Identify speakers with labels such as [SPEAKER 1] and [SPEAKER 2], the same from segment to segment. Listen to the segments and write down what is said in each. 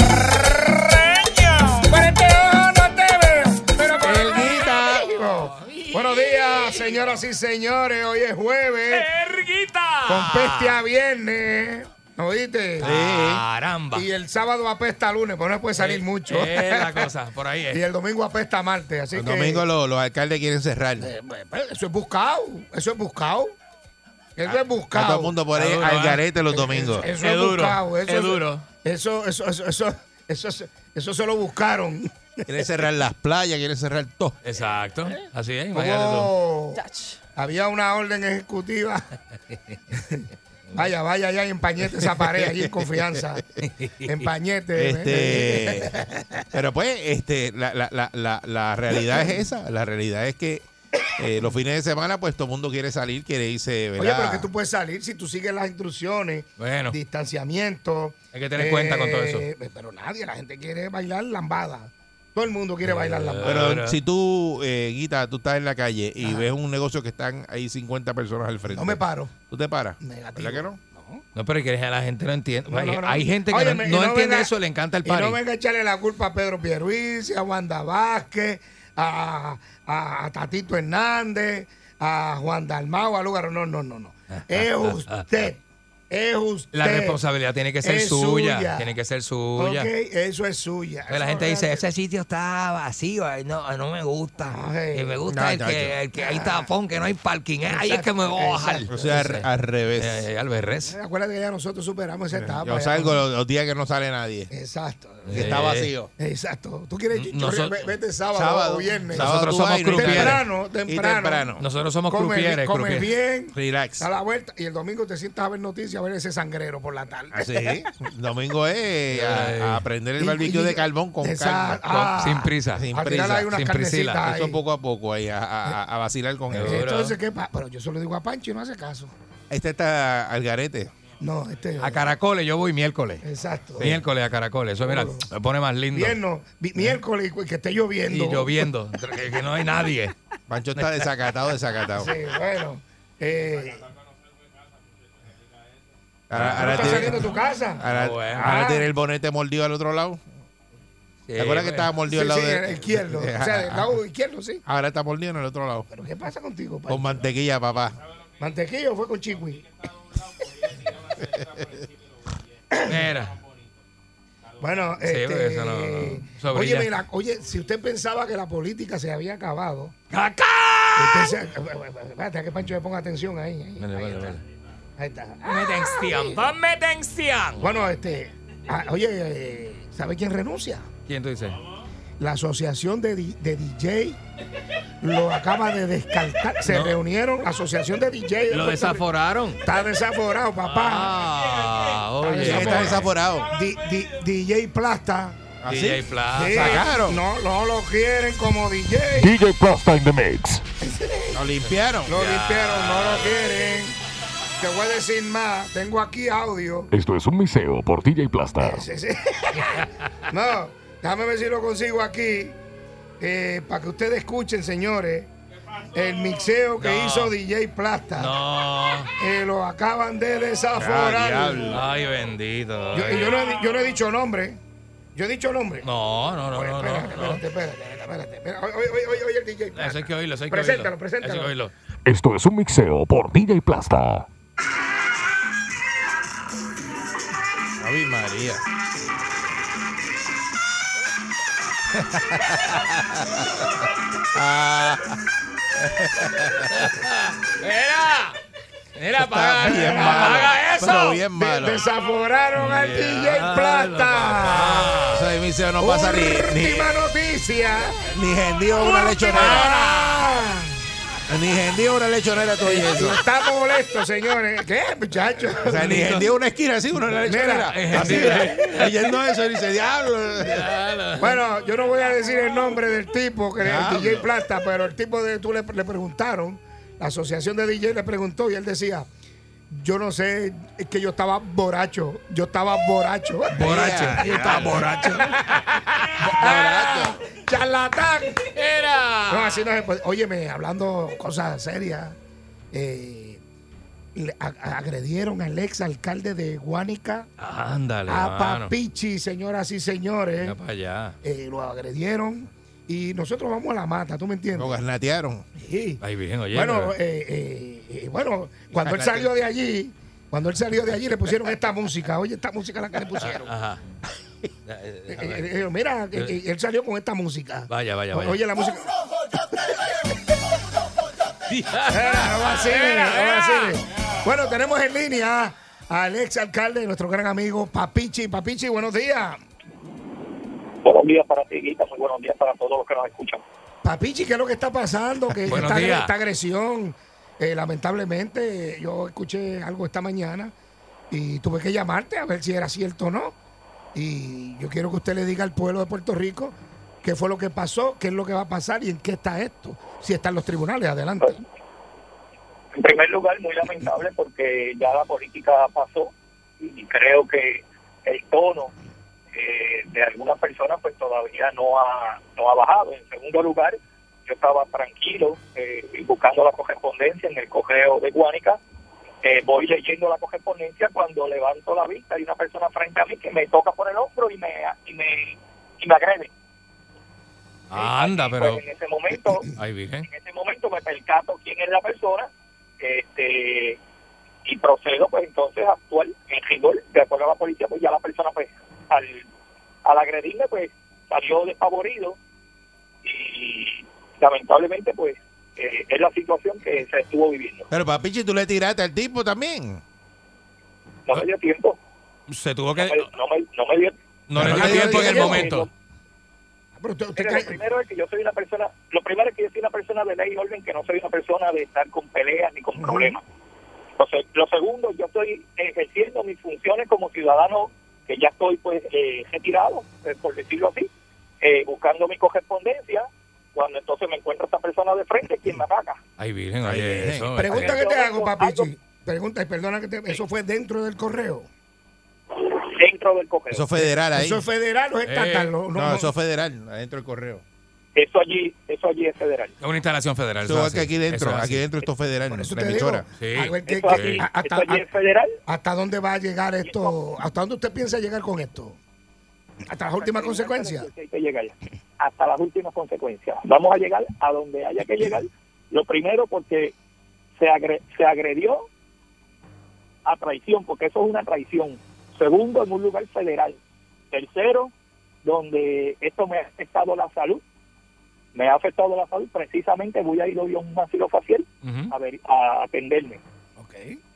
[SPEAKER 1] Por este ojo no te veo, pero por
[SPEAKER 2] El
[SPEAKER 1] este sí.
[SPEAKER 2] guitarro. Buenos días, señoras y señores. Hoy es jueves. Con peste a viernes. ¿No oíste?
[SPEAKER 3] Caramba. Eh,
[SPEAKER 2] Y el sábado apesta a lunes, pero no puede salir mucho.
[SPEAKER 3] Es la cosa, por ahí
[SPEAKER 2] y
[SPEAKER 3] es.
[SPEAKER 2] el domingo apesta a martes. Así
[SPEAKER 4] El
[SPEAKER 2] que,
[SPEAKER 4] domingo lo- los, alcaldes quieren cerrar.
[SPEAKER 2] eh, eh, Eso es buscado. Eso es buscado. Eso es buscado.
[SPEAKER 4] A Ah, todo el mundo por ahí
[SPEAKER 3] Está duro,
[SPEAKER 4] al
[SPEAKER 3] ¿eh?
[SPEAKER 4] garete los domingos.
[SPEAKER 2] Eso
[SPEAKER 3] Es
[SPEAKER 2] es
[SPEAKER 3] duro,
[SPEAKER 2] buscado. Eso
[SPEAKER 3] es duro.
[SPEAKER 2] Eso, eso, eso, eso, eso, eso, eso se lo buscaron.
[SPEAKER 4] Quieren cerrar las playas, quieren cerrar todo.
[SPEAKER 3] Exacto.
[SPEAKER 2] Eh,
[SPEAKER 3] Así es, imagínate
[SPEAKER 2] Hubo- había una orden ejecutiva. vaya, vaya, ya empañete esa pared allí en confianza. Empañete. ¿eh?
[SPEAKER 4] Este, pero pues, este, la, la, la, la, la realidad es esa. La realidad es que eh, los fines de semana, pues todo el mundo quiere salir, quiere irse,
[SPEAKER 2] Oye,
[SPEAKER 4] ¿verdad?
[SPEAKER 2] pero que tú puedes salir si tú sigues las instrucciones,
[SPEAKER 3] Bueno.
[SPEAKER 2] distanciamiento.
[SPEAKER 3] Hay que tener cuenta con todo eso.
[SPEAKER 2] eh, Pero nadie, la gente quiere bailar lambada. Todo el mundo quiere
[SPEAKER 3] Eh,
[SPEAKER 2] bailar lambada.
[SPEAKER 4] Pero
[SPEAKER 3] Ahora.
[SPEAKER 4] si tú, eh, Guita, tú estás en la calle y ves un negocio que están ahí 50 personas al frente.
[SPEAKER 2] no me paro.
[SPEAKER 4] ¿Tú te paras?
[SPEAKER 2] Negativo.
[SPEAKER 4] ¿Verdad que no?
[SPEAKER 3] eso. No, pero es que la gente no entiende.
[SPEAKER 2] No, no, no.
[SPEAKER 3] Eh, Hay gente que
[SPEAKER 2] Óyeme,
[SPEAKER 3] no,
[SPEAKER 2] y
[SPEAKER 3] no entiende
[SPEAKER 2] venga-
[SPEAKER 3] eso, le encanta el
[SPEAKER 2] Y no
[SPEAKER 3] party.
[SPEAKER 2] venga a echarle la culpa a Pedro Pierluisi, a Wanda Vázquez, a, a- a Tatito Hernández, a Juan Dalmau, a Lugaro. No, no, no, no. Es usted. Es usted.
[SPEAKER 3] la responsabilidad tiene que ser
[SPEAKER 2] Es
[SPEAKER 3] suya, Tiene que ser suya.
[SPEAKER 2] Ok, eso es suya.
[SPEAKER 3] Pero la
[SPEAKER 2] Eso
[SPEAKER 3] gente dice,
[SPEAKER 2] realmente-
[SPEAKER 3] ese sitio está vacío, ay, no, ay, no me gusta.
[SPEAKER 2] Ay.
[SPEAKER 3] Y me gusta
[SPEAKER 4] No,
[SPEAKER 3] el,
[SPEAKER 4] no, yo-
[SPEAKER 3] que, el que hay tapón, que no hay parking. eh, Ahí es que me voy a bajar.
[SPEAKER 4] O sea, al, al revés.
[SPEAKER 3] Eh, eh, al berrés.
[SPEAKER 2] Acuérdate que ya nosotros superamos esa etapa.
[SPEAKER 4] Eh, Yo
[SPEAKER 2] ya.
[SPEAKER 4] salgo los, los días que no sale nadie.
[SPEAKER 2] Exacto.
[SPEAKER 4] Que está
[SPEAKER 3] Eh.
[SPEAKER 4] vacío.
[SPEAKER 2] Exacto. Tú quieres
[SPEAKER 3] Nosot-
[SPEAKER 2] chorrear, ve- vete sábado, o viernes.
[SPEAKER 4] Sábado
[SPEAKER 3] Nosotros
[SPEAKER 4] tú
[SPEAKER 3] somos
[SPEAKER 4] vas y no
[SPEAKER 3] crujieres.
[SPEAKER 2] Temprano,
[SPEAKER 4] quieres.
[SPEAKER 2] temprano.
[SPEAKER 4] Y temprano.
[SPEAKER 3] Nosotros somos
[SPEAKER 2] Come
[SPEAKER 3] crujieres.
[SPEAKER 2] bien, come
[SPEAKER 3] crujieres.
[SPEAKER 2] bien.
[SPEAKER 4] Relax.
[SPEAKER 2] A la vuelta. Y el domingo te sientas a ver noticias, a ver ese sangrero por la tarde.
[SPEAKER 4] Así. Ah, Domingo es a, a aprender el
[SPEAKER 2] Y-
[SPEAKER 4] barbecue
[SPEAKER 2] y-
[SPEAKER 4] de carbón con
[SPEAKER 2] Esa-
[SPEAKER 4] calma.
[SPEAKER 2] ah,
[SPEAKER 3] Sin prisa.
[SPEAKER 4] sin
[SPEAKER 2] a tirar ahí
[SPEAKER 4] prisa,
[SPEAKER 2] unas
[SPEAKER 3] sin prisila.
[SPEAKER 2] carnecitas ahí.
[SPEAKER 4] Eso poco a poco ahí, a, a- a- a vacilar con
[SPEAKER 3] Seguro.
[SPEAKER 4] él.
[SPEAKER 2] Entonces, ¿qué pasa? Pero yo se lo digo a Pancho y no hace caso.
[SPEAKER 4] Este está al garete.
[SPEAKER 2] No, este.
[SPEAKER 3] A Caracoles, yo voy miércoles.
[SPEAKER 2] Exacto.
[SPEAKER 3] Miércoles a Caracoles. Eso, mira, me pone más lindo.
[SPEAKER 2] Viernes,
[SPEAKER 4] ¿Eh?
[SPEAKER 2] vi- miércoles y que esté lloviendo.
[SPEAKER 3] Y lloviendo, que que no hay nadie.
[SPEAKER 4] Pancho está desacatado, desacatado.
[SPEAKER 2] Sí, bueno. Eh,
[SPEAKER 4] Ahora,
[SPEAKER 2] ¿no
[SPEAKER 4] ahora
[SPEAKER 2] estás saliendo
[SPEAKER 4] tiene,
[SPEAKER 2] de tu casa?
[SPEAKER 4] ahora-
[SPEAKER 3] Ah, bueno.
[SPEAKER 4] ahora
[SPEAKER 2] Ah.
[SPEAKER 4] tiene el bonete mordido al otro lado. ¿Te
[SPEAKER 3] Eh,
[SPEAKER 4] acuerdas que estaba
[SPEAKER 2] Sí,
[SPEAKER 4] mordido al
[SPEAKER 2] sí,
[SPEAKER 4] lado
[SPEAKER 2] el
[SPEAKER 4] de
[SPEAKER 2] izquierdo. O sea, del lado izquierdo, sí.
[SPEAKER 4] Ahora está mordido en el otro lado.
[SPEAKER 2] ¿Pero qué pasa contigo, Pancho?
[SPEAKER 4] Con mantequilla, papá.
[SPEAKER 2] ¿Mantequillo o fue con chihui?
[SPEAKER 3] Mira,
[SPEAKER 2] Bueno,
[SPEAKER 3] porque
[SPEAKER 2] este,
[SPEAKER 3] eso no- no- eso
[SPEAKER 2] oye,
[SPEAKER 3] brilla.
[SPEAKER 2] mira, oye, si usted pensaba que la política se había acabado,
[SPEAKER 3] ¡Cacá!
[SPEAKER 2] usted se- espérate, que Pancho le ponga atención ahí. Ahí,
[SPEAKER 3] ¡Ah! Vale,
[SPEAKER 2] ahí
[SPEAKER 3] vale,
[SPEAKER 2] está.
[SPEAKER 3] vale.
[SPEAKER 2] Ahí está. Ah.
[SPEAKER 3] Ponme tensión, ponme tensión.
[SPEAKER 2] Bueno, este, ah, oye, eh, ¿sabe quién renuncia?
[SPEAKER 3] ¿Quién tú dices?
[SPEAKER 2] La asociación de, di- de DJ lo acaba de descartar. Se
[SPEAKER 3] No.
[SPEAKER 2] reunieron, la asociación de DJ. de
[SPEAKER 3] Lo
[SPEAKER 2] Puerto Rico.
[SPEAKER 3] desaforaron.
[SPEAKER 2] Está desaforado, papá.
[SPEAKER 3] Ah,
[SPEAKER 2] Sí,
[SPEAKER 4] ¿Quién
[SPEAKER 3] oye.
[SPEAKER 4] está desaforado?
[SPEAKER 2] Di- di- DJ Plasta.
[SPEAKER 4] ¿Así?
[SPEAKER 3] DJ Plaza.
[SPEAKER 2] Sí,
[SPEAKER 4] sacaron.
[SPEAKER 2] Eh, No, no lo quieren como DJ.
[SPEAKER 4] Lo limpiaron.
[SPEAKER 2] Lo limpiaron, no lo quieren. Te voy a decir más. Tengo aquí audio.
[SPEAKER 5] Esto es un miseo por DJ Plasta.
[SPEAKER 2] Sí, sí. no, déjame ver si lo consigo aquí. eh, para que ustedes escuchen, señores. El mixeo que
[SPEAKER 3] No.
[SPEAKER 2] hizo DJ Plasta.
[SPEAKER 3] No.
[SPEAKER 2] Eh, lo acaban de
[SPEAKER 4] Ah,
[SPEAKER 2] desaforar.
[SPEAKER 4] diablo.
[SPEAKER 3] Ay, bendito.
[SPEAKER 2] yo,
[SPEAKER 3] ay.
[SPEAKER 2] yo no he, di- yo no he dicho nombre. Yo he dicho nombre.
[SPEAKER 3] No, no, no, no,
[SPEAKER 2] espérate,
[SPEAKER 3] no, no.
[SPEAKER 2] espérate, espérate, espérate, espérate. Oye, oye, oye, oye, el DJ. Plasta.
[SPEAKER 3] Eso hay que oírlo, eso hay que
[SPEAKER 2] preséntalo,
[SPEAKER 3] oírlo.
[SPEAKER 2] preséntalo.
[SPEAKER 3] Eso hay que oírlo.
[SPEAKER 5] Esto es un mixeo por DJ Plasta.
[SPEAKER 4] Ave María.
[SPEAKER 3] ¡Era! Mira,
[SPEAKER 4] Está
[SPEAKER 3] apaga,
[SPEAKER 4] bien malo,
[SPEAKER 3] apaga
[SPEAKER 4] pero
[SPEAKER 3] eso.
[SPEAKER 4] bien
[SPEAKER 2] De-
[SPEAKER 4] malo.
[SPEAKER 2] desaforaron al DJ Plata.
[SPEAKER 4] O sea, ahí me dice, no pasa ni, ni,
[SPEAKER 2] Última noticia.
[SPEAKER 4] ni gendío una lechonera.
[SPEAKER 2] Ah,
[SPEAKER 4] Ni gendío una lechonera todo y eso.
[SPEAKER 2] está molesto, señores. ¿Qué, muchachos?
[SPEAKER 4] O sea, ni gendío una esquina así, uno en la lechonera.
[SPEAKER 3] Mira, eh,
[SPEAKER 4] Así, leyendo eso y dice, diablo.
[SPEAKER 2] Bueno, yo no voy a decir el nombre del tipo, que era el
[SPEAKER 4] Diablo.
[SPEAKER 2] DJ Plata, pero el tipo de tú le, le preguntaron, la asociación de DJ le preguntó y él decía, yo no sé, es que yo estaba borracho, yo estaba borracho.
[SPEAKER 4] Borracho. Está borracho.
[SPEAKER 2] Ah, ¡Charlatán!
[SPEAKER 3] Mira.
[SPEAKER 2] No, así no se puede. Óyeme, hablando cosas serias, eh, le- a- a- agredieron al ex alcalde de Guánica,
[SPEAKER 3] Ándale,
[SPEAKER 2] a
[SPEAKER 3] mano.
[SPEAKER 2] Papichi, señoras y señores.
[SPEAKER 3] Mira para allá.
[SPEAKER 2] eh, lo agredieron y nosotros vamos a la mata, ¿tú me
[SPEAKER 4] Lo
[SPEAKER 2] entiendes?
[SPEAKER 4] garnatearon.
[SPEAKER 2] Sí.
[SPEAKER 3] Ay, bien, oye.
[SPEAKER 2] Bueno,
[SPEAKER 3] pero-
[SPEAKER 2] eh, eh, eh, bueno, cuando él salió de allí, cuando él salió de allí le pusieron esta música, oye, esta música la que le pusieron.
[SPEAKER 3] Ajá.
[SPEAKER 2] Eh, eh, eh, mira, eh, eh, él salió con esta música.
[SPEAKER 3] Vaya, vaya,
[SPEAKER 2] O-
[SPEAKER 3] vaya.
[SPEAKER 2] Oye, la música. Era, no vaciles,
[SPEAKER 3] Era,
[SPEAKER 2] no vaciles. Bueno, tenemos en línea al ex alcalde, nuestro gran amigo Papichi. Papichi, buenos días.
[SPEAKER 6] Buenos días para ti, Guita. Muy buenos días para todos los que nos escuchan.
[SPEAKER 2] Papichi, ¿qué es lo que está pasando? Que
[SPEAKER 3] Buenos
[SPEAKER 2] esta,
[SPEAKER 3] días.
[SPEAKER 2] esta agresión, eh, lamentablemente, eh, yo escuché algo esta mañana y tuve que llamarte a ver si era cierto o no. Y yo quiero que usted le diga al pueblo de Puerto Rico qué fue lo que pasó, qué es lo que va a pasar y en qué está esto. Si están los tribunales, adelante.
[SPEAKER 6] En primer lugar, muy lamentable porque ya la política pasó y creo que el tono eh, de algunas personas pues todavía no ha, no ha bajado. En segundo lugar, yo estaba tranquilo eh, buscando la correspondencia en el correo de Guánica. Eh, voy leyendo la correspondencia cuando levanto la vista hay una persona frente a mí que me toca por el hombro y me, y me, y me agrede.
[SPEAKER 3] Anda,
[SPEAKER 6] Pues,
[SPEAKER 3] pero.
[SPEAKER 6] en ese momento
[SPEAKER 3] Ay, virgen.
[SPEAKER 6] en ese momento me percato quién es la persona este y procedo pues entonces a actuar en rigor de acuerdo a la policía pues ya la persona pues al, al agredirme pues salió despavorido y lamentablemente pues eh, es la situación que se estuvo viviendo
[SPEAKER 4] Pero papichi, tú le tiraste al tipo también.
[SPEAKER 6] no me dio tiempo
[SPEAKER 3] Se tuvo
[SPEAKER 6] no
[SPEAKER 3] que.
[SPEAKER 6] me, no me- no me dio
[SPEAKER 3] Eh, No le
[SPEAKER 4] no
[SPEAKER 3] dio
[SPEAKER 4] le
[SPEAKER 3] tiempo en
[SPEAKER 4] dio
[SPEAKER 3] el
[SPEAKER 4] tiempo.
[SPEAKER 3] momento.
[SPEAKER 2] Pero usted- usted
[SPEAKER 6] Mira, eh,
[SPEAKER 2] cree-
[SPEAKER 6] lo primero es que yo soy una persona, lo primero es que yo soy una persona de ley y orden, que no soy una persona de estar con peleas ni con problemas. Lo, se- lo segundo, yo estoy ejerciendo mis funciones como ciudadano, que ya estoy pues eh, retirado, eh, por decirlo así, eh, buscando mi correspondencia, cuando entonces me encuentro esta persona de frente, quien me ataca.
[SPEAKER 3] Ay, virgen,
[SPEAKER 4] Ay,
[SPEAKER 3] oye.
[SPEAKER 4] virgen.
[SPEAKER 3] Eso,
[SPEAKER 2] pregunta
[SPEAKER 3] este,
[SPEAKER 2] que te hago, Papichi. Pregunta, y perdona que te. Eso fue dentro del correo.
[SPEAKER 6] Dentro del correo.
[SPEAKER 4] Eso es federal ahí.
[SPEAKER 2] Eso es federal o es
[SPEAKER 3] Eh,
[SPEAKER 2] estatal. No, no,
[SPEAKER 4] No, eso es federal, adentro del correo.
[SPEAKER 6] Eso allí, eso allí es federal.
[SPEAKER 3] Es una instalación federal.
[SPEAKER 4] Eso
[SPEAKER 3] eso
[SPEAKER 4] es
[SPEAKER 3] es
[SPEAKER 4] que
[SPEAKER 3] así,
[SPEAKER 4] aquí dentro,
[SPEAKER 3] eso es
[SPEAKER 4] aquí
[SPEAKER 3] así.
[SPEAKER 4] dentro esto es
[SPEAKER 2] por
[SPEAKER 4] federal,
[SPEAKER 2] eso
[SPEAKER 4] la
[SPEAKER 2] te digo.
[SPEAKER 4] emisora.
[SPEAKER 3] Sí.
[SPEAKER 2] a ver, ¿qué-
[SPEAKER 6] Eso
[SPEAKER 2] qué-
[SPEAKER 6] allí,
[SPEAKER 2] a-
[SPEAKER 6] eso
[SPEAKER 2] hasta,
[SPEAKER 6] allí es federal.
[SPEAKER 2] ¿Hasta dónde va a llegar esto? ¿Hasta dónde usted piensa llegar con esto? ¿Hasta las últimas consecuencias?
[SPEAKER 6] Hay que llegar hasta las últimas consecuencias. Vamos a llegar a donde haya que llegar. Lo primero porque se, agre- se agredió a traición, porque eso es una traición. Segundo, en un lugar federal. Tercero, donde esto me ha afectado la salud. Me ha afectado la salud. Precisamente voy a ir hoy a un asilo facial
[SPEAKER 3] Ujú.
[SPEAKER 6] a, ver, a atenderme.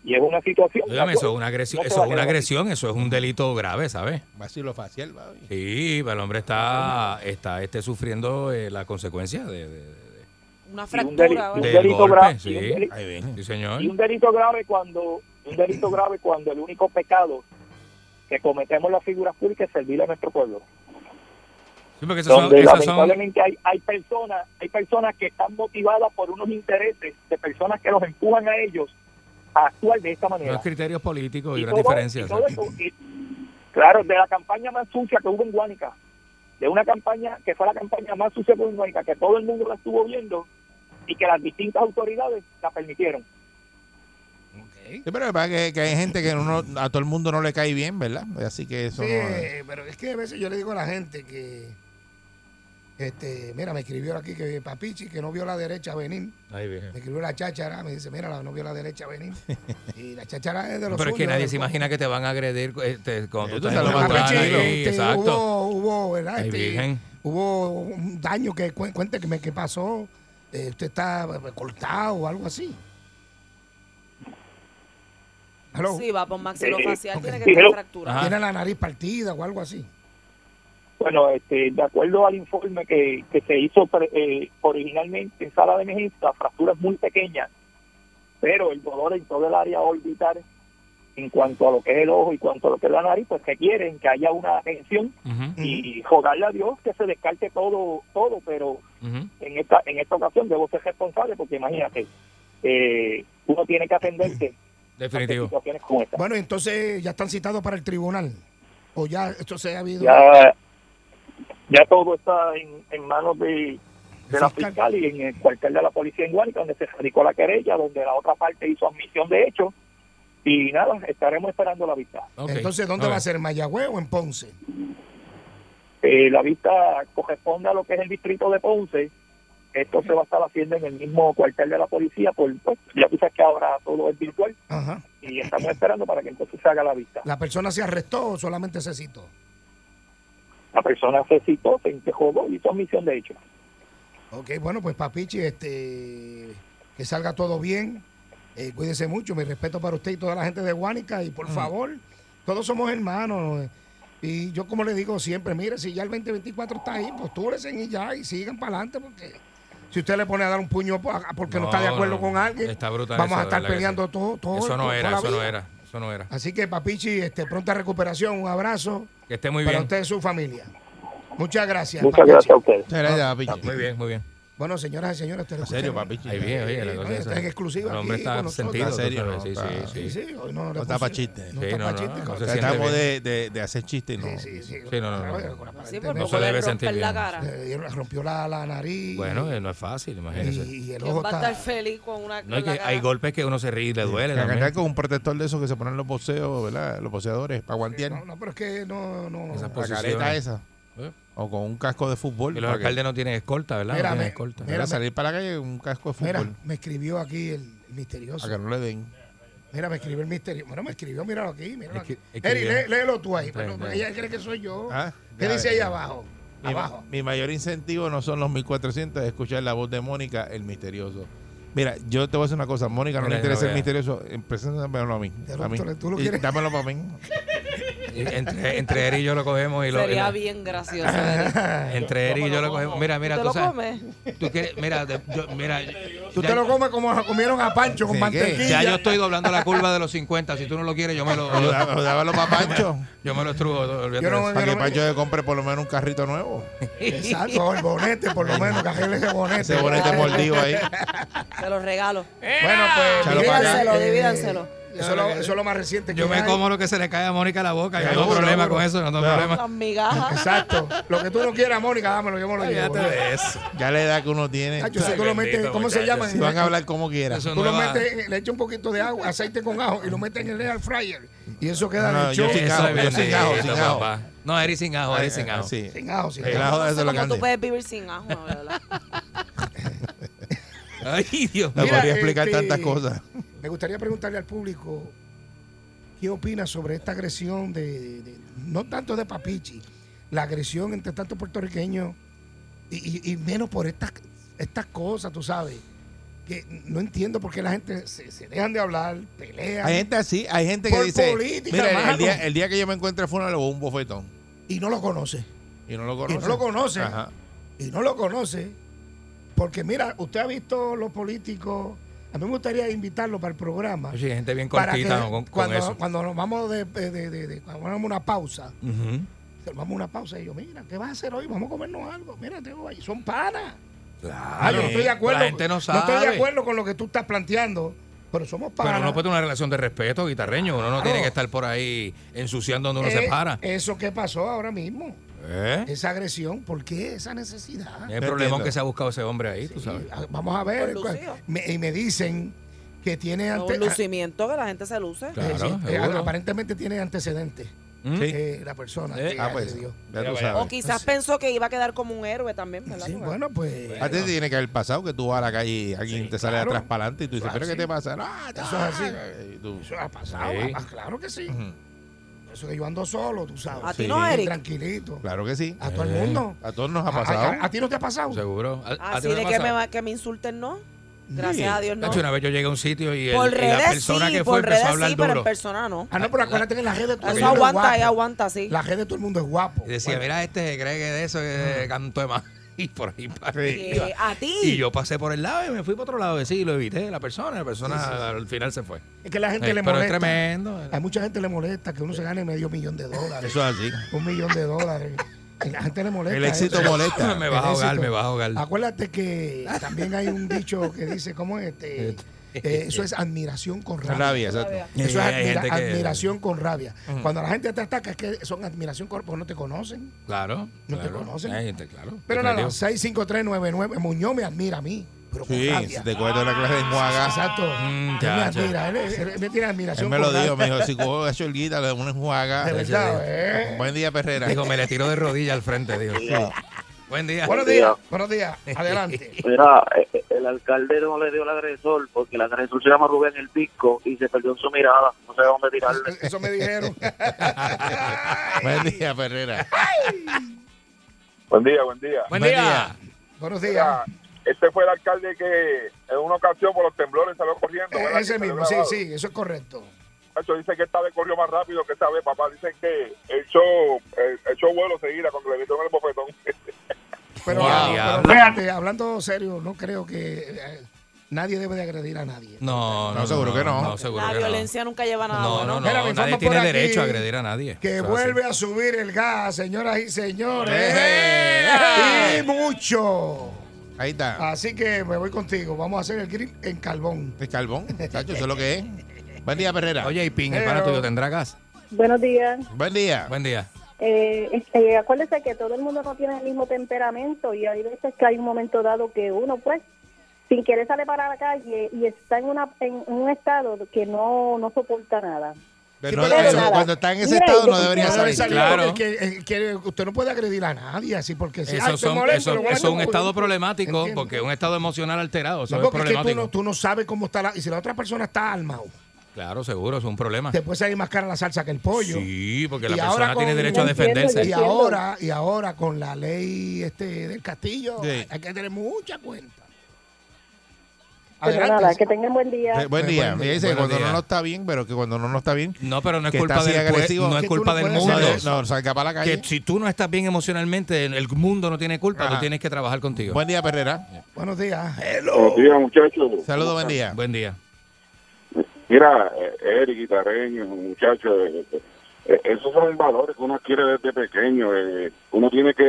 [SPEAKER 6] Y es una situación...
[SPEAKER 3] Óigame, eso es una agresión,
[SPEAKER 6] No te
[SPEAKER 3] eso
[SPEAKER 6] va
[SPEAKER 3] es
[SPEAKER 6] a
[SPEAKER 3] una
[SPEAKER 6] quedar
[SPEAKER 3] agresión, eso es un delito grave, ¿sabes?
[SPEAKER 4] Vacilo facial, baby.
[SPEAKER 3] Sí, pero el hombre está, está este, sufriendo eh, la consecuencia de, de- de-
[SPEAKER 7] Una
[SPEAKER 6] Y un deli-
[SPEAKER 7] fractura.
[SPEAKER 6] y un
[SPEAKER 3] del
[SPEAKER 6] delito
[SPEAKER 3] golpe,
[SPEAKER 6] grave,
[SPEAKER 3] sí.
[SPEAKER 6] y un deli-
[SPEAKER 4] Ahí viene.
[SPEAKER 3] Sí, señor.
[SPEAKER 6] Y un delito grave cuando un delito grave cuando el único pecado que cometemos las figuras públicas es servir a nuestro pueblo.
[SPEAKER 3] Sí, porque esas son,
[SPEAKER 6] Donde
[SPEAKER 3] esas son,
[SPEAKER 6] lamentablemente hay, hay personas, hay personas que están motivadas por unos intereses de personas que los empujan a ellos a actuar de esta manera.
[SPEAKER 3] unos criterios políticos y,
[SPEAKER 6] Y
[SPEAKER 3] unas
[SPEAKER 6] todo-
[SPEAKER 3] diferencias.
[SPEAKER 6] y todo eso, y- claro, de la campaña más sucia que hubo en Guánica, de una campaña que fue la campaña más sucia que hubo en Guánica, que todo el mundo la estuvo viendo y que las distintas autoridades la permitieron.
[SPEAKER 4] Sí, pero lo que pasa es que, que hay gente que uno, a todo el mundo no le cae bien, ¿verdad? Así que eso
[SPEAKER 2] Sí,
[SPEAKER 4] no...
[SPEAKER 2] pero es que a veces yo le digo a la gente que. Este, mira, me escribió aquí que Papichi, que no vio la derecha venir.
[SPEAKER 3] Ay, virgen.
[SPEAKER 2] Me escribió la cháchara, me dice, mira, la- no vio la derecha venir. Y la cháchara es de los
[SPEAKER 3] Pero es que
[SPEAKER 2] suyos,
[SPEAKER 3] nadie
[SPEAKER 2] de
[SPEAKER 3] se
[SPEAKER 2] los-
[SPEAKER 3] imagina que te van a agredir este, cuando
[SPEAKER 4] Tú
[SPEAKER 3] tú estás en
[SPEAKER 4] estás lo más
[SPEAKER 3] un lugar
[SPEAKER 2] Papichi,
[SPEAKER 4] tranquilo.
[SPEAKER 3] ahí,
[SPEAKER 2] este,
[SPEAKER 3] Exacto.
[SPEAKER 2] Hubo, hubo, ¿verdad?
[SPEAKER 3] Ay,
[SPEAKER 2] Este,
[SPEAKER 3] virgen.
[SPEAKER 2] hubo un daño que cu- cuente que me que pasó. Eh, usted está eh, cortado o algo así. Hello.
[SPEAKER 7] Sí, va por maxilofacial,
[SPEAKER 2] Eh,
[SPEAKER 7] tiene
[SPEAKER 2] ok.
[SPEAKER 7] que estar
[SPEAKER 6] Hello.
[SPEAKER 7] fractura.
[SPEAKER 3] Ajá.
[SPEAKER 2] Tiene la nariz partida o algo así.
[SPEAKER 6] Bueno, este, de acuerdo al informe que, que se hizo pre- eh, originalmente en sala de emergencia, la fractura es muy pequeña, pero el dolor en todo el área orbital, en cuanto a lo que es el ojo y cuanto a lo que es la nariz, pues que quieren que haya una tensión
[SPEAKER 3] Ujú,
[SPEAKER 6] y rogarle a Dios que se descarte todo, todo, pero
[SPEAKER 3] ujú.
[SPEAKER 6] en esta en esta ocasión debo ser responsable porque imagínate, eh, uno tiene que atenderse a
[SPEAKER 3] Definitivo.
[SPEAKER 6] situaciones como esta.
[SPEAKER 2] Bueno, entonces ya están citados para el tribunal. O ya esto se ha habido.
[SPEAKER 6] ya, ya todo está en, en manos de, de la
[SPEAKER 2] Fiscal.
[SPEAKER 6] fiscal y en el cuartel de la policía en Guánica, donde se radicó la querella, donde la otra parte hizo admisión de hecho. Y nada, estaremos esperando la vista.
[SPEAKER 3] Ok.
[SPEAKER 2] Entonces, ¿dónde
[SPEAKER 3] Ahora,
[SPEAKER 2] va a ser? ¿En ¿Mayagüez o en Ponce?
[SPEAKER 6] Eh, la vista corresponde a lo que es el distrito de Ponce. Esto se va a estar haciendo en el mismo cuartel de la policía, por pues, ya tú sabes que ahora todo es virtual
[SPEAKER 2] Ajá.
[SPEAKER 6] y estamos esperando para que entonces se haga la vista.
[SPEAKER 2] ¿La persona se arrestó o solamente se citó?
[SPEAKER 6] La persona se citó, se interrogó y hizo admisión de hecho.
[SPEAKER 2] Ok, bueno, pues papichi, este, que salga todo bien. Eh, cuídese mucho. Mi respeto para usted y toda la gente de Guánica. Y por
[SPEAKER 3] Mm.
[SPEAKER 2] favor, todos somos hermanos. Y yo, como le digo siempre, mire, si ya el 2024 está ahí, postúresen y ya, y sigan para adelante, porque si usted le pone a dar un puño po- a- porque no, está de acuerdo con alguien,
[SPEAKER 3] Está brutal
[SPEAKER 2] vamos
[SPEAKER 3] eso,
[SPEAKER 2] a
[SPEAKER 3] de
[SPEAKER 2] estar
[SPEAKER 3] verdad que
[SPEAKER 2] peleando
[SPEAKER 3] sí.
[SPEAKER 2] todo, todo.
[SPEAKER 3] Eso no
[SPEAKER 2] toda la
[SPEAKER 3] era, eso no
[SPEAKER 2] vida.
[SPEAKER 3] era, eso no era.
[SPEAKER 2] Así que, papichi, este, pronta recuperación, un abrazo
[SPEAKER 3] Que esté Este muy
[SPEAKER 2] para
[SPEAKER 3] bien.
[SPEAKER 2] usted y su familia. Muchas gracias.
[SPEAKER 6] Muchas
[SPEAKER 2] papichi.
[SPEAKER 6] gracias a ustedes.
[SPEAKER 4] Muchas gracias, papichi.
[SPEAKER 3] Muy bien, muy bien.
[SPEAKER 2] Bueno, señoras y señores, te lo
[SPEAKER 4] Ah, En serio,
[SPEAKER 2] escucharon.
[SPEAKER 4] papichi.
[SPEAKER 3] Ahí bien, oye, la
[SPEAKER 2] no,
[SPEAKER 3] cosa
[SPEAKER 2] está
[SPEAKER 3] esa.
[SPEAKER 2] en exclusiva
[SPEAKER 3] El hombre
[SPEAKER 2] aquí
[SPEAKER 3] está
[SPEAKER 2] con nosotros.
[SPEAKER 3] sentido.
[SPEAKER 4] Está serio,
[SPEAKER 3] Sí,
[SPEAKER 4] no,
[SPEAKER 3] sí,
[SPEAKER 4] está-
[SPEAKER 2] Sí,
[SPEAKER 3] sí.
[SPEAKER 2] sí, hoy no, le
[SPEAKER 4] No está
[SPEAKER 2] puse-
[SPEAKER 4] pa' chiste.
[SPEAKER 2] No
[SPEAKER 3] Sí,
[SPEAKER 2] está
[SPEAKER 3] no,
[SPEAKER 2] pa'
[SPEAKER 3] no,
[SPEAKER 2] chiste,
[SPEAKER 3] no
[SPEAKER 2] cabrón.
[SPEAKER 3] se siente
[SPEAKER 4] Tratamos
[SPEAKER 3] bien.
[SPEAKER 4] de, de, de hacer chistes, ¿no?
[SPEAKER 2] Sí, sí, sí.
[SPEAKER 3] Sí, no, no, no.
[SPEAKER 7] Sí, por
[SPEAKER 3] No
[SPEAKER 7] poco
[SPEAKER 3] se
[SPEAKER 7] le
[SPEAKER 3] debe
[SPEAKER 7] romper
[SPEAKER 3] sentir
[SPEAKER 7] la
[SPEAKER 3] bien.
[SPEAKER 7] cara.
[SPEAKER 2] Le dieron- rompió la, la nariz.
[SPEAKER 3] Bueno, eh, no es fácil, imagínese.
[SPEAKER 2] y, y el
[SPEAKER 7] ¿Quién
[SPEAKER 2] ojo
[SPEAKER 7] va a
[SPEAKER 2] está.
[SPEAKER 7] estar feliz con una
[SPEAKER 3] No, hay,
[SPEAKER 7] con la
[SPEAKER 3] que,
[SPEAKER 7] cara?
[SPEAKER 3] hay golpes que uno se ríe y le duele.
[SPEAKER 4] Que
[SPEAKER 3] también.
[SPEAKER 4] acá con un protector de esos que se ponen los boxeos, ¿verdad? Los boxeadores, para guantear.
[SPEAKER 2] No, no, pero es que no, no.
[SPEAKER 3] Esas
[SPEAKER 4] la
[SPEAKER 3] posiciones.
[SPEAKER 4] careta esa.
[SPEAKER 3] ¿Eh?
[SPEAKER 4] O con un casco de fútbol.
[SPEAKER 3] Y los
[SPEAKER 4] para que-
[SPEAKER 3] alcaldes no tienen escolta, ¿verdad?
[SPEAKER 2] Mira,
[SPEAKER 3] no tienen
[SPEAKER 2] me-
[SPEAKER 3] escolta.
[SPEAKER 4] para
[SPEAKER 2] mira,
[SPEAKER 4] salir para la calle con un casco de
[SPEAKER 2] Mira,
[SPEAKER 4] fútbol.
[SPEAKER 2] me escribió aquí el
[SPEAKER 4] Para
[SPEAKER 2] misterioso.
[SPEAKER 4] que no le den.
[SPEAKER 2] Mira, me escribió el misterioso. Bueno, me escribió, míralo aquí, míralo aquí.
[SPEAKER 3] Escri- escribió.
[SPEAKER 2] Eri, lé- léelo tú ahí.
[SPEAKER 3] Está
[SPEAKER 2] pero
[SPEAKER 3] bien, está bien.
[SPEAKER 2] ella cree que soy yo.
[SPEAKER 4] Ah,
[SPEAKER 2] ¿Qué
[SPEAKER 4] ya
[SPEAKER 2] dice
[SPEAKER 4] ves.
[SPEAKER 2] ahí abajo?
[SPEAKER 4] Mi,
[SPEAKER 2] Abajo.
[SPEAKER 4] mi mayor incentivo no son los 1400, es escuchar la voz de Mónica, el misterioso. Mira, yo te voy a decir una cosa, Mónica, no
[SPEAKER 3] Mira,
[SPEAKER 4] le interesa
[SPEAKER 3] no
[SPEAKER 4] el
[SPEAKER 3] vea.
[SPEAKER 4] misterioso, eh, preséntamelo a mí.
[SPEAKER 2] Ya
[SPEAKER 4] A
[SPEAKER 2] lo-
[SPEAKER 4] mí.
[SPEAKER 2] tú lo- tú lo
[SPEAKER 4] Y
[SPEAKER 2] quieres.
[SPEAKER 4] Dámelo para mí.
[SPEAKER 3] Y Entre, entre él y yo lo cogemos y lo. y
[SPEAKER 7] Sería
[SPEAKER 3] lo-
[SPEAKER 7] bien gracioso. ¿verdad?
[SPEAKER 3] entre él y yo lo cogemos. Mira,
[SPEAKER 7] ¿Tú
[SPEAKER 3] mira,
[SPEAKER 7] te
[SPEAKER 3] tú,
[SPEAKER 7] lo
[SPEAKER 3] sabes.
[SPEAKER 7] comes?
[SPEAKER 3] Tú quieres, mira, de- yo, mira.
[SPEAKER 2] Tú
[SPEAKER 3] ya-
[SPEAKER 2] te lo comes como lo comieron a Pancho con
[SPEAKER 4] ¿De qué?
[SPEAKER 2] mantequilla.
[SPEAKER 3] Ya yo estoy doblando la curva de los 50. Si tú no lo quieres, yo me lo,
[SPEAKER 4] O dá- o dámelo para Pancho.
[SPEAKER 3] yo me lo estrujo. olvídate
[SPEAKER 2] Yo no
[SPEAKER 3] de eso.
[SPEAKER 2] me-
[SPEAKER 4] Para que Pancho le compre por lo menos un carrito nuevo.
[SPEAKER 2] Exacto, el bonete, por lo menos, que arregle ese bonete.
[SPEAKER 4] Ese bonete mordido ahí.
[SPEAKER 7] Te lo regalo.
[SPEAKER 2] Bueno, pues.
[SPEAKER 4] Échalo
[SPEAKER 2] mira,
[SPEAKER 4] para acá.
[SPEAKER 2] eh,
[SPEAKER 7] Divídanselo,
[SPEAKER 2] Eso es, lo, eso es lo más reciente que
[SPEAKER 3] Yo me
[SPEAKER 2] hay.
[SPEAKER 3] como lo que se le cae a Mónica a la boca. Yo no tengo
[SPEAKER 2] Seguro,
[SPEAKER 3] problema
[SPEAKER 2] seguro.
[SPEAKER 3] con eso, no tengo
[SPEAKER 4] Claro.
[SPEAKER 3] problema.
[SPEAKER 7] Las migajas.
[SPEAKER 2] Exacto. Lo que tú no quieras, Mónica, dámelo, yo me lo llevo.
[SPEAKER 3] Fíjate de eso.
[SPEAKER 4] Ya la edad que uno tiene.
[SPEAKER 2] Nacho, si tú lo metes,
[SPEAKER 3] bendito,
[SPEAKER 2] ¿cómo se
[SPEAKER 3] muchacho.
[SPEAKER 2] llama?
[SPEAKER 4] Si van a hablar como quieran.
[SPEAKER 3] Eso
[SPEAKER 2] Tú
[SPEAKER 3] no
[SPEAKER 2] lo
[SPEAKER 3] va.
[SPEAKER 2] metes, en- le echas un poquito de agua, aceite con ajo y lo metes en el air fryer. Y eso queda
[SPEAKER 4] No, no,
[SPEAKER 2] hecho
[SPEAKER 4] yo sin
[SPEAKER 3] Eso
[SPEAKER 4] ajo,
[SPEAKER 3] es
[SPEAKER 4] yo sin
[SPEAKER 3] bendito,
[SPEAKER 4] ajo, sin ajo.
[SPEAKER 3] papá. No, Eri sin ajo, Eri sin ajo.
[SPEAKER 4] Sí.
[SPEAKER 2] sin ajo, sin
[SPEAKER 4] El
[SPEAKER 2] ajo.
[SPEAKER 4] ajo
[SPEAKER 7] No
[SPEAKER 4] de eso
[SPEAKER 7] sé
[SPEAKER 4] lo
[SPEAKER 7] cómo tú
[SPEAKER 4] cante.
[SPEAKER 7] puedes vivir sin ajo, la verdad.
[SPEAKER 3] Ay, Dios
[SPEAKER 4] No
[SPEAKER 3] mío.
[SPEAKER 2] Mira,
[SPEAKER 4] podría explicar
[SPEAKER 2] este-
[SPEAKER 4] tantas cosas.
[SPEAKER 2] Me gustaría preguntarle al público qué opina sobre esta agresión de, de- no tanto de Papichi, la agresión entre tantos puertorriqueños y, y- y menos por estas estas cosas, tú sabes. Que no entiendo por qué la gente se, se dejan de hablar, pelean
[SPEAKER 4] Hay gente así, hay gente que
[SPEAKER 2] Por
[SPEAKER 4] dice,
[SPEAKER 2] política,
[SPEAKER 4] mira,
[SPEAKER 2] mano".
[SPEAKER 4] el día, el día que yo me encuentre fuera le voy a un bofetón.
[SPEAKER 2] y no lo conoce.
[SPEAKER 4] Y no lo
[SPEAKER 2] Y
[SPEAKER 4] conoce.
[SPEAKER 2] no lo conoce.
[SPEAKER 4] Ajá.
[SPEAKER 2] y no lo conoce, porque mira, usted ha visto los políticos, a mí me gustaría invitarlo para el programa.
[SPEAKER 3] Oye, hay gente bien
[SPEAKER 2] para
[SPEAKER 3] cortita
[SPEAKER 2] que
[SPEAKER 3] ¿no? con, con
[SPEAKER 2] cuando,
[SPEAKER 3] eso.
[SPEAKER 2] cuando nos vamos de, de- de- de- de- cuando vamos a una pausa,
[SPEAKER 3] Ujú.
[SPEAKER 2] nos vamos a una pausa y yo, mira, ¿qué vas a hacer hoy? Vamos a comernos algo. Mira, tengo ahí, son panas. Ah, yo no estoy de acuerdo.
[SPEAKER 3] La gente no sabe.
[SPEAKER 2] estoy de acuerdo con lo que tú estás planteando, pero somos panas.
[SPEAKER 3] Pero uno puede tener una relación de respeto, guitarreño. Uno no tiene que estar por ahí ensuciando donde uno
[SPEAKER 2] Eh,
[SPEAKER 3] se para.
[SPEAKER 2] Eso que pasó ahora mismo,
[SPEAKER 3] ¿Eh?
[SPEAKER 2] esa agresión, ¿por qué esa
[SPEAKER 7] Ah.
[SPEAKER 2] necesidad?
[SPEAKER 3] El
[SPEAKER 4] Te
[SPEAKER 3] problema
[SPEAKER 4] entiendo.
[SPEAKER 3] que se ha buscado ese hombre ahí, tú sabes.
[SPEAKER 2] Ah, Vamos a ver.
[SPEAKER 7] Por lucido.
[SPEAKER 2] Me- y me dicen que tiene
[SPEAKER 7] No,
[SPEAKER 2] ante-
[SPEAKER 7] un lucimiento que la gente se luce.
[SPEAKER 3] Claro,
[SPEAKER 2] Sí, sí. Eh,
[SPEAKER 3] seguro.
[SPEAKER 2] aparentemente tiene antecedentes
[SPEAKER 3] ¿Mm?
[SPEAKER 4] Sí.
[SPEAKER 2] eh, la persona.
[SPEAKER 3] Eh,
[SPEAKER 2] que
[SPEAKER 4] Ah, pues.
[SPEAKER 2] agredió.
[SPEAKER 4] Ya tú
[SPEAKER 7] O
[SPEAKER 4] sabes.
[SPEAKER 7] quizás pensó que iba a quedar como un héroe también, ¿verdad?
[SPEAKER 2] Sí,
[SPEAKER 7] Porque-
[SPEAKER 2] bueno, pues
[SPEAKER 4] A ti te tiene que haber pasado que tú vas a la calle y alguien te sale de
[SPEAKER 2] claro.
[SPEAKER 4] atrás para adelante y tú dices,
[SPEAKER 2] Eso es
[SPEAKER 4] ¿pero qué
[SPEAKER 2] así.
[SPEAKER 4] te pasa? Ah,
[SPEAKER 2] Eso es así.
[SPEAKER 4] Y tú-
[SPEAKER 2] eso ha pasado.
[SPEAKER 3] Sí.
[SPEAKER 2] ah, claro que sí.
[SPEAKER 4] Ujú.
[SPEAKER 2] Por Eso que yo ando solo, tú sabes.
[SPEAKER 7] A ti
[SPEAKER 4] Sí.
[SPEAKER 7] no, Eric.
[SPEAKER 2] Tranquilito.
[SPEAKER 4] Claro que sí.
[SPEAKER 2] A todo el mundo.
[SPEAKER 4] A todos nos
[SPEAKER 2] A,
[SPEAKER 4] ha pasado.
[SPEAKER 2] a- a ti no te ha pasado.
[SPEAKER 3] Seguro. ¿A- a ti
[SPEAKER 7] Así
[SPEAKER 3] no te
[SPEAKER 7] Ah, de
[SPEAKER 3] ha
[SPEAKER 7] que me,
[SPEAKER 3] pasado?
[SPEAKER 7] va- que me insulten, ¿no? Gracias
[SPEAKER 4] Sí.
[SPEAKER 7] a Dios, no.
[SPEAKER 3] Nacho, una vez yo llegué a un sitio y, el-
[SPEAKER 7] por
[SPEAKER 3] y
[SPEAKER 7] redes
[SPEAKER 3] la persona
[SPEAKER 7] sí,
[SPEAKER 3] que fue
[SPEAKER 7] por
[SPEAKER 3] empezó
[SPEAKER 7] redes
[SPEAKER 3] a hablar
[SPEAKER 7] sí, pero en
[SPEAKER 3] duro.
[SPEAKER 7] persona no.
[SPEAKER 2] Ah, no, pero acuérdate que en la red de todo el mundo
[SPEAKER 7] Eso
[SPEAKER 2] es
[SPEAKER 7] aguanta, ahí
[SPEAKER 2] guapo.
[SPEAKER 7] aguanta, sí.
[SPEAKER 2] La red de todo el mundo es guapo.
[SPEAKER 3] Y decía, mira, este gregue de eso, que canto de más. Y por ahí para
[SPEAKER 7] Que
[SPEAKER 3] arriba.
[SPEAKER 7] a ti.
[SPEAKER 3] Y yo pasé por el lado y me fui para otro lado. y Sí, lo evité, la persona. La persona al final se fue.
[SPEAKER 2] Es que la gente
[SPEAKER 3] Eh,
[SPEAKER 2] le
[SPEAKER 3] pero es
[SPEAKER 2] molesta.
[SPEAKER 3] tremendo.
[SPEAKER 2] Hay mucha gente le molesta que uno se gane medio millón de dólares,
[SPEAKER 4] Eso es así.
[SPEAKER 2] un millón de dólares. Y La gente le molesta.
[SPEAKER 4] El éxito
[SPEAKER 2] eso.
[SPEAKER 4] molesta.
[SPEAKER 3] Me va a
[SPEAKER 2] El
[SPEAKER 3] ahogar,
[SPEAKER 2] éxito. Ah,
[SPEAKER 3] me va a ahogar.
[SPEAKER 2] Acuérdate que también hay un dicho que dice, ¿cómo es este? Eh, eso es admiración con rabia.
[SPEAKER 4] Rabia, exacto.
[SPEAKER 2] Eso es
[SPEAKER 3] Eh, hay
[SPEAKER 2] admira-
[SPEAKER 3] gente que-
[SPEAKER 2] admiración con rabia. Cuando la gente te ataca es que son admiración con porque no te conocen.
[SPEAKER 3] Claro.
[SPEAKER 2] No te
[SPEAKER 3] claro.
[SPEAKER 2] conocen.
[SPEAKER 3] Hay gente, claro.
[SPEAKER 2] Pero nada,
[SPEAKER 3] Definitivo.
[SPEAKER 2] 65399, Muñoz me admira a mí, pero con
[SPEAKER 4] Sí,
[SPEAKER 2] rabia.
[SPEAKER 4] te acuerdas de la clase de enjuaga.
[SPEAKER 2] Ah, Exacto. él me
[SPEAKER 3] Mm, ya, ya.
[SPEAKER 2] admira, él, él- él me tiene admiración
[SPEAKER 4] Él me lo
[SPEAKER 2] con rabia.
[SPEAKER 4] dijo, me dijo, si cojo a Cholguita, le doy una enjuaga.
[SPEAKER 2] De verdad, ¿eh?
[SPEAKER 4] Buen día, Perrera.
[SPEAKER 3] Dijo, me le tiró de rodilla al frente, dijo. Buen día.
[SPEAKER 2] Buenos días, buenos días, adelante.
[SPEAKER 6] Mira, eh, el alcalde no le dio el agresor porque el agresor se llama Rubén El Pico y se perdió en su mirada. No sé dónde tirarle.
[SPEAKER 2] Eso me dijeron.
[SPEAKER 4] Buen día, Ferrera.
[SPEAKER 8] Buen día, buen día.
[SPEAKER 3] Buen día.
[SPEAKER 2] Buenos
[SPEAKER 8] Mira,
[SPEAKER 2] días. Eh,
[SPEAKER 8] Este fue el alcalde que en una ocasión por los temblores salió corriendo.
[SPEAKER 2] Eh,
[SPEAKER 8] ¿verdad?
[SPEAKER 2] Ese
[SPEAKER 8] Que salió
[SPEAKER 2] mismo, sí,
[SPEAKER 8] grabado.
[SPEAKER 2] sí, eso es correcto.
[SPEAKER 8] Nacho, dice que esta vez corrió más rápido que esta vez, papá. Dicen que echó, eh, echó vuelo seguida cuando le metieron el bofetón.
[SPEAKER 2] Pero,
[SPEAKER 3] Wow.
[SPEAKER 2] pero
[SPEAKER 3] Diablo.
[SPEAKER 2] fíjate, hablando serio, no creo que eh, nadie debe de agredir a nadie.
[SPEAKER 3] No, no,
[SPEAKER 4] No, seguro que no.
[SPEAKER 3] No, seguro
[SPEAKER 7] la
[SPEAKER 3] que no.
[SPEAKER 7] violencia nunca lleva a nada.
[SPEAKER 3] No,
[SPEAKER 7] bueno.
[SPEAKER 3] no, no.
[SPEAKER 2] Mira, me informan
[SPEAKER 3] nadie tiene
[SPEAKER 2] por aquí
[SPEAKER 3] derecho a agredir a nadie.
[SPEAKER 2] Que
[SPEAKER 3] Eso es
[SPEAKER 2] vuelve
[SPEAKER 3] así.
[SPEAKER 2] a subir el gas, señoras y señores.
[SPEAKER 4] ¡Eh!
[SPEAKER 2] Y mucho.
[SPEAKER 4] Ahí está.
[SPEAKER 2] Así que me voy contigo. Vamos a hacer el grill en carbón.
[SPEAKER 4] El carbón, chacho, eso es lo que es. Buen día, Perrera.
[SPEAKER 3] Oye, y Pin, el pana
[SPEAKER 2] Pero-
[SPEAKER 3] tuyo tendrá gas.
[SPEAKER 9] Buenos días.
[SPEAKER 4] Buen día.
[SPEAKER 3] Buen día.
[SPEAKER 9] Eh, este, acuérdese que todo el mundo no tiene el mismo temperamento y hay veces que hay un momento dado que uno, pues, sin querer sale para la calle y está en, una, en un estado que no, no soporta nada.
[SPEAKER 4] Pero no-
[SPEAKER 2] Sí, pero
[SPEAKER 4] eso,
[SPEAKER 2] nada.
[SPEAKER 4] cuando está en ese
[SPEAKER 9] Mira,
[SPEAKER 4] estado
[SPEAKER 9] yo
[SPEAKER 4] no debería
[SPEAKER 9] quisiera-
[SPEAKER 4] salir.
[SPEAKER 2] Debe salir
[SPEAKER 3] claro.
[SPEAKER 2] porque el que- el que- usted no puede agredir a nadie así porque si ay,
[SPEAKER 3] Eso
[SPEAKER 2] te
[SPEAKER 3] son-
[SPEAKER 2] molesto,
[SPEAKER 3] eso-
[SPEAKER 2] lo voy a
[SPEAKER 3] eso es un
[SPEAKER 2] morir.
[SPEAKER 3] estado problemático,
[SPEAKER 2] Entiendo.
[SPEAKER 3] porque es un estado emocional alterado. Eso
[SPEAKER 2] No,
[SPEAKER 3] es
[SPEAKER 2] porque es que tú
[SPEAKER 3] problemático.
[SPEAKER 2] no, tú no sabes cómo está la... Y si la otra persona está armado,
[SPEAKER 3] Claro, seguro, es un problema.
[SPEAKER 2] te puede salir más cara la salsa que el pollo.
[SPEAKER 3] Ah. Sí, porque
[SPEAKER 2] Y
[SPEAKER 3] la
[SPEAKER 2] ahora
[SPEAKER 3] persona tiene
[SPEAKER 2] con-
[SPEAKER 3] derecho a
[SPEAKER 9] Yo entiendo,
[SPEAKER 3] defenderse.
[SPEAKER 2] Y
[SPEAKER 9] entiendo.
[SPEAKER 2] ahora, y ahora con la ley este del castillo,
[SPEAKER 4] Sí.
[SPEAKER 2] hay- hay que tener mucha cuenta.
[SPEAKER 9] Pero Pues nada, que tengan buen día.
[SPEAKER 4] Eh, Buen día.
[SPEAKER 2] Buen
[SPEAKER 4] Ella dice que
[SPEAKER 3] día.
[SPEAKER 4] cuando no no está bien, pero que cuando no no está bien,
[SPEAKER 3] No, pero no es
[SPEAKER 4] Que está
[SPEAKER 3] culpa
[SPEAKER 4] así
[SPEAKER 3] del pue-
[SPEAKER 4] agresivo.
[SPEAKER 3] no
[SPEAKER 2] Que
[SPEAKER 3] es
[SPEAKER 2] tú
[SPEAKER 3] culpa
[SPEAKER 2] no
[SPEAKER 3] del
[SPEAKER 2] puedes
[SPEAKER 3] mundo.
[SPEAKER 2] hacer
[SPEAKER 4] no, no salga para la calle.
[SPEAKER 3] Que si tú no estás bien emocionalmente, el mundo no tiene culpa,
[SPEAKER 4] Ajá.
[SPEAKER 3] tú tienes que trabajar contigo. Buen,
[SPEAKER 4] Buen día, Perrera.
[SPEAKER 2] Buenos días.
[SPEAKER 8] Buenos días, muchachos.
[SPEAKER 4] Saludos, buen día.
[SPEAKER 3] día.
[SPEAKER 8] Mira, eh, Eric, guitarreño, muchachos, eh, eh, esos son valores que uno adquiere desde pequeño. eh, uno tiene que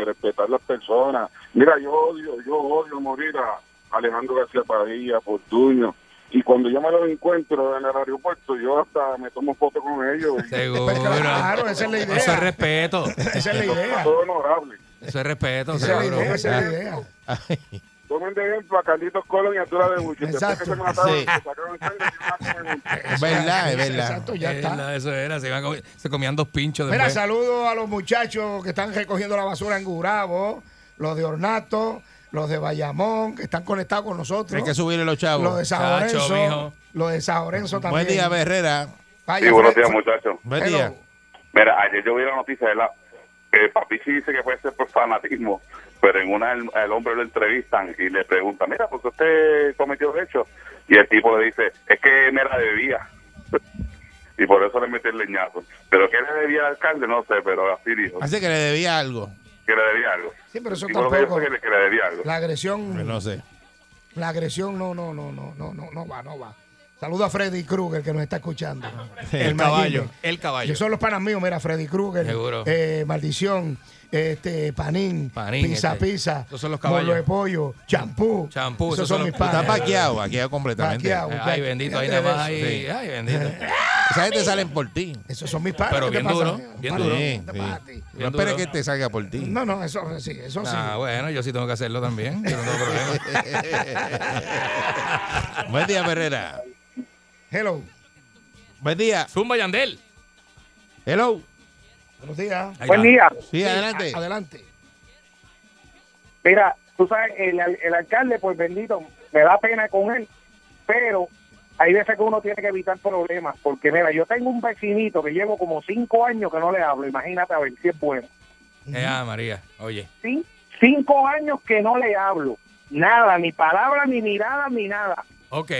[SPEAKER 8] eh, respetar las personas. Mira, yo odio, yo odio morir a Alejandro García Padilla, Fortuño. Y cuando yo me los encuentro en el aeropuerto, yo hasta me tomo fotos con ellos.
[SPEAKER 3] Seguro.
[SPEAKER 2] Pues claro, esa es la idea.
[SPEAKER 3] Eso es respeto.
[SPEAKER 2] Esa es la idea.
[SPEAKER 8] Todo honorable.
[SPEAKER 3] Eso es respeto,
[SPEAKER 2] Esa es la
[SPEAKER 3] seguro.
[SPEAKER 2] idea. Esa es la idea.
[SPEAKER 8] Tomen de ejemplo a Carlitos Colón y a Tura de Bucho. Después
[SPEAKER 2] Exacto.
[SPEAKER 8] que se mataron,
[SPEAKER 4] Sí.
[SPEAKER 8] se sacaron sangre y se mataron.
[SPEAKER 4] Es verdad, es verdad.
[SPEAKER 2] Exacto, ya
[SPEAKER 3] Eh,
[SPEAKER 2] está.
[SPEAKER 3] la- Eso era, se, iban a comer- se comían dos pinchos
[SPEAKER 2] Mira,
[SPEAKER 4] Pues.
[SPEAKER 3] después.
[SPEAKER 2] saludo a los muchachos que están recogiendo la basura en Gurabo, los de Ornato, los de Bayamón, que están conectados con nosotros.
[SPEAKER 4] Hay que subirle los
[SPEAKER 2] Los de
[SPEAKER 4] chavos.
[SPEAKER 2] San
[SPEAKER 3] Chacho,
[SPEAKER 2] Lorenzo.
[SPEAKER 3] mijo.
[SPEAKER 2] Los de San Lorenzo también.
[SPEAKER 4] Buen día, Perrera.
[SPEAKER 2] Vaya,
[SPEAKER 8] Sí, buenos
[SPEAKER 2] Fred-
[SPEAKER 8] días, muchachos.
[SPEAKER 4] Buen
[SPEAKER 2] Hello.
[SPEAKER 4] día.
[SPEAKER 8] Mira, ayer yo vi la noticia de la. Eh, Papichi dice que puede ser por fanatismo, pero en una el, el hombre lo entrevistan y le pregunta, mira, ¿por qué usted cometió hechos? Y el tipo le dice, es que me la debía. y por eso le metió el leñazo. Pero que le debía al alcalde, no sé, pero así dijo,
[SPEAKER 4] Así que le debía algo.
[SPEAKER 8] que le debía algo.
[SPEAKER 2] Sí, pero eso
[SPEAKER 8] Y por lo que yo
[SPEAKER 2] tampoco.
[SPEAKER 8] sé que le, que le debía algo.
[SPEAKER 2] La agresión.
[SPEAKER 4] Pues no sé.
[SPEAKER 2] La agresión no, no, no, no, no, no, no va, no va. Saludo a Freddy Krueger que nos está escuchando.
[SPEAKER 3] el
[SPEAKER 2] Mayimbe.
[SPEAKER 3] caballo. El caballo.
[SPEAKER 2] Yo son los panas míos, mira, Freddy Krueger.
[SPEAKER 3] Seguro.
[SPEAKER 2] eh, Maldición, este, Panín,
[SPEAKER 3] Panín,
[SPEAKER 2] Pizza
[SPEAKER 3] este.
[SPEAKER 2] Pizza,
[SPEAKER 3] Esos son los caballos.
[SPEAKER 2] Molo de pollo, champú.
[SPEAKER 3] Champú,
[SPEAKER 2] esos,
[SPEAKER 3] esos
[SPEAKER 2] son,
[SPEAKER 3] son
[SPEAKER 2] mis
[SPEAKER 3] los-
[SPEAKER 2] panas.
[SPEAKER 4] Está paqueado, paqueado completamente.
[SPEAKER 2] Paqueado.
[SPEAKER 3] Eh, Ay, bendito, ahí nada más. ahí-
[SPEAKER 4] Sí.
[SPEAKER 3] Ay, bendito.
[SPEAKER 4] Esa gente salen por ti.
[SPEAKER 2] Esos son mis panas.
[SPEAKER 3] Pero
[SPEAKER 2] ¿qué te
[SPEAKER 3] bien
[SPEAKER 2] pasa?
[SPEAKER 3] duro, bien
[SPEAKER 2] Panas,
[SPEAKER 3] duro.
[SPEAKER 2] ¿qué te
[SPEAKER 4] Sí,
[SPEAKER 2] pasa a
[SPEAKER 4] sí.
[SPEAKER 2] ti?
[SPEAKER 4] No
[SPEAKER 3] Bien
[SPEAKER 4] esperes
[SPEAKER 3] duro.
[SPEAKER 4] que te salga por ti.
[SPEAKER 2] No, no, eso sí, eso sí.
[SPEAKER 3] Ah, bueno, yo sí tengo que hacerlo también. Yo no tengo problema.
[SPEAKER 4] Buen día, Perrera.
[SPEAKER 2] Hello,
[SPEAKER 4] Buen día.
[SPEAKER 3] Zumba Yandel.
[SPEAKER 4] Hello.
[SPEAKER 2] buenos días.
[SPEAKER 3] Ahí
[SPEAKER 6] Buen
[SPEAKER 3] va.
[SPEAKER 6] día.
[SPEAKER 4] Sí, adelante.
[SPEAKER 2] A- adelante.
[SPEAKER 6] Mira, tú sabes, el, al- el alcalde, pues bendito, me da pena con él, pero hay veces que uno tiene que evitar problemas, porque mira, yo tengo un vecinito que llevo como cinco años que no le hablo, imagínate a ver si es bueno.
[SPEAKER 3] Eh, ah, María, oye.
[SPEAKER 6] ¿sí? Cinco años que no le hablo.
[SPEAKER 8] Nada, ni palabra, ni mirada, ni nada.
[SPEAKER 3] Ok.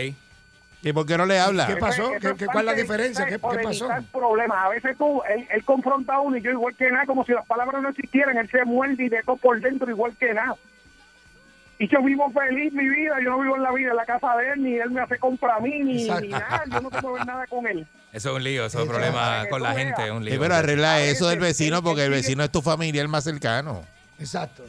[SPEAKER 4] ¿Y por qué no le habla?
[SPEAKER 8] Eso- Pues, eso parte de- ¿sabes? Por evitar problemas. A veces tú, él, él confronta a uno y yo igual que nada, como si las palabras no existieran. Él se muerde y de todo por dentro igual que nada. Y yo vivo feliz mi vida, yo no vivo en la vida en la casa de él, ni él me hace compra a mí, ni, ni nada. Yo no puedo ver nada con él.
[SPEAKER 3] Eso es un lío, eso es un problema con la gente. Es un lío.
[SPEAKER 4] Sí, pero arregla eso del vecino porque el vecino es tu familiar más cercano.
[SPEAKER 2] Exacto.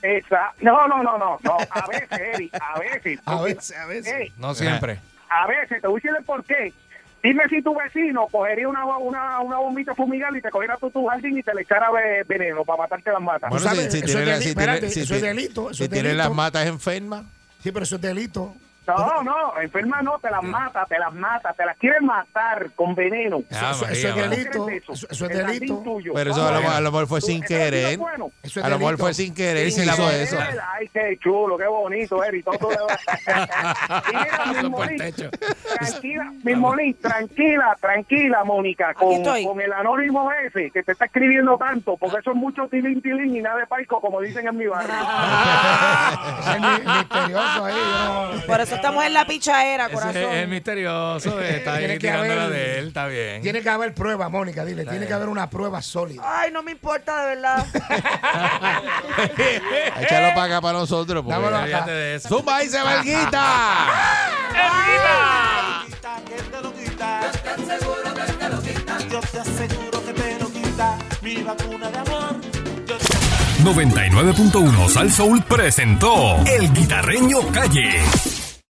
[SPEAKER 8] Esa, no, no, no, no, no. A veces, Eric, a veces.
[SPEAKER 2] A veces, a veces.
[SPEAKER 8] Eric,
[SPEAKER 3] No siempre.
[SPEAKER 8] A veces, te voy a decirle por qué. Dime si tu vecino cogería una, una, una bombita fumigal y te cogiera tú tu jardín y te le echara ve- veneno para matarte las matas.
[SPEAKER 4] Bueno, si, si tiene, la- si tiene- si
[SPEAKER 2] eso es
[SPEAKER 4] tiene-
[SPEAKER 2] delito, eso
[SPEAKER 4] si
[SPEAKER 2] es
[SPEAKER 4] tiene
[SPEAKER 2] delito.
[SPEAKER 4] las matas enfermas.
[SPEAKER 2] Sí, pero eso es delito.
[SPEAKER 8] No, no, enferma no, te las mata, te las mata, te las quiere matar con veneno.
[SPEAKER 4] Ah, Eso- eso- María, eso es María. delito,
[SPEAKER 8] ¿Tú crees Eso,
[SPEAKER 2] eso es
[SPEAKER 8] El jardín
[SPEAKER 2] delito.
[SPEAKER 8] tuyo.
[SPEAKER 4] Pero
[SPEAKER 3] "Oh,
[SPEAKER 4] eso a lo, a lo mejor fue
[SPEAKER 8] Tú-
[SPEAKER 4] sin
[SPEAKER 8] eso es delito
[SPEAKER 4] querer.
[SPEAKER 8] bueno.
[SPEAKER 4] Eso es A lo mejor delito. fue sin querer y se hizo
[SPEAKER 8] querer.
[SPEAKER 4] eso.
[SPEAKER 8] Ay, qué chulo, qué bonito, Eri. Todo tú le vas- Y mira, mi Moni, Tranquila, mi Moni, tranquila, tranquila, Mónica, con,
[SPEAKER 7] estoy.
[SPEAKER 8] con el anónimo ese que te está escribiendo tanto,
[SPEAKER 9] Ah.
[SPEAKER 8] porque eso es mucho tilín, tilín y nada de paico, como dicen en mi barrio.
[SPEAKER 2] Ah.
[SPEAKER 7] Por eso estamos en la pichadera,
[SPEAKER 3] Ese es,
[SPEAKER 7] corazón.
[SPEAKER 3] es misterioso, eh, está ahí
[SPEAKER 2] Tiene que
[SPEAKER 3] tirando la
[SPEAKER 2] haber-
[SPEAKER 3] de él, está bien.
[SPEAKER 2] Tiene que haber prueba, Mónica, dile. Tiene que haber una prueba sólida.
[SPEAKER 7] Ay, no me importa, de verdad.
[SPEAKER 4] Échalo para acá para nosotros. porque-
[SPEAKER 3] Dámelo acá. Olvídate de eso.
[SPEAKER 4] ¡Zumba ahí se va el guita!
[SPEAKER 10] Yo te aseguro que te lo quita mi vacuna de amor.
[SPEAKER 11] 99.1 Sal Soul presentó El Guitarreño Calle.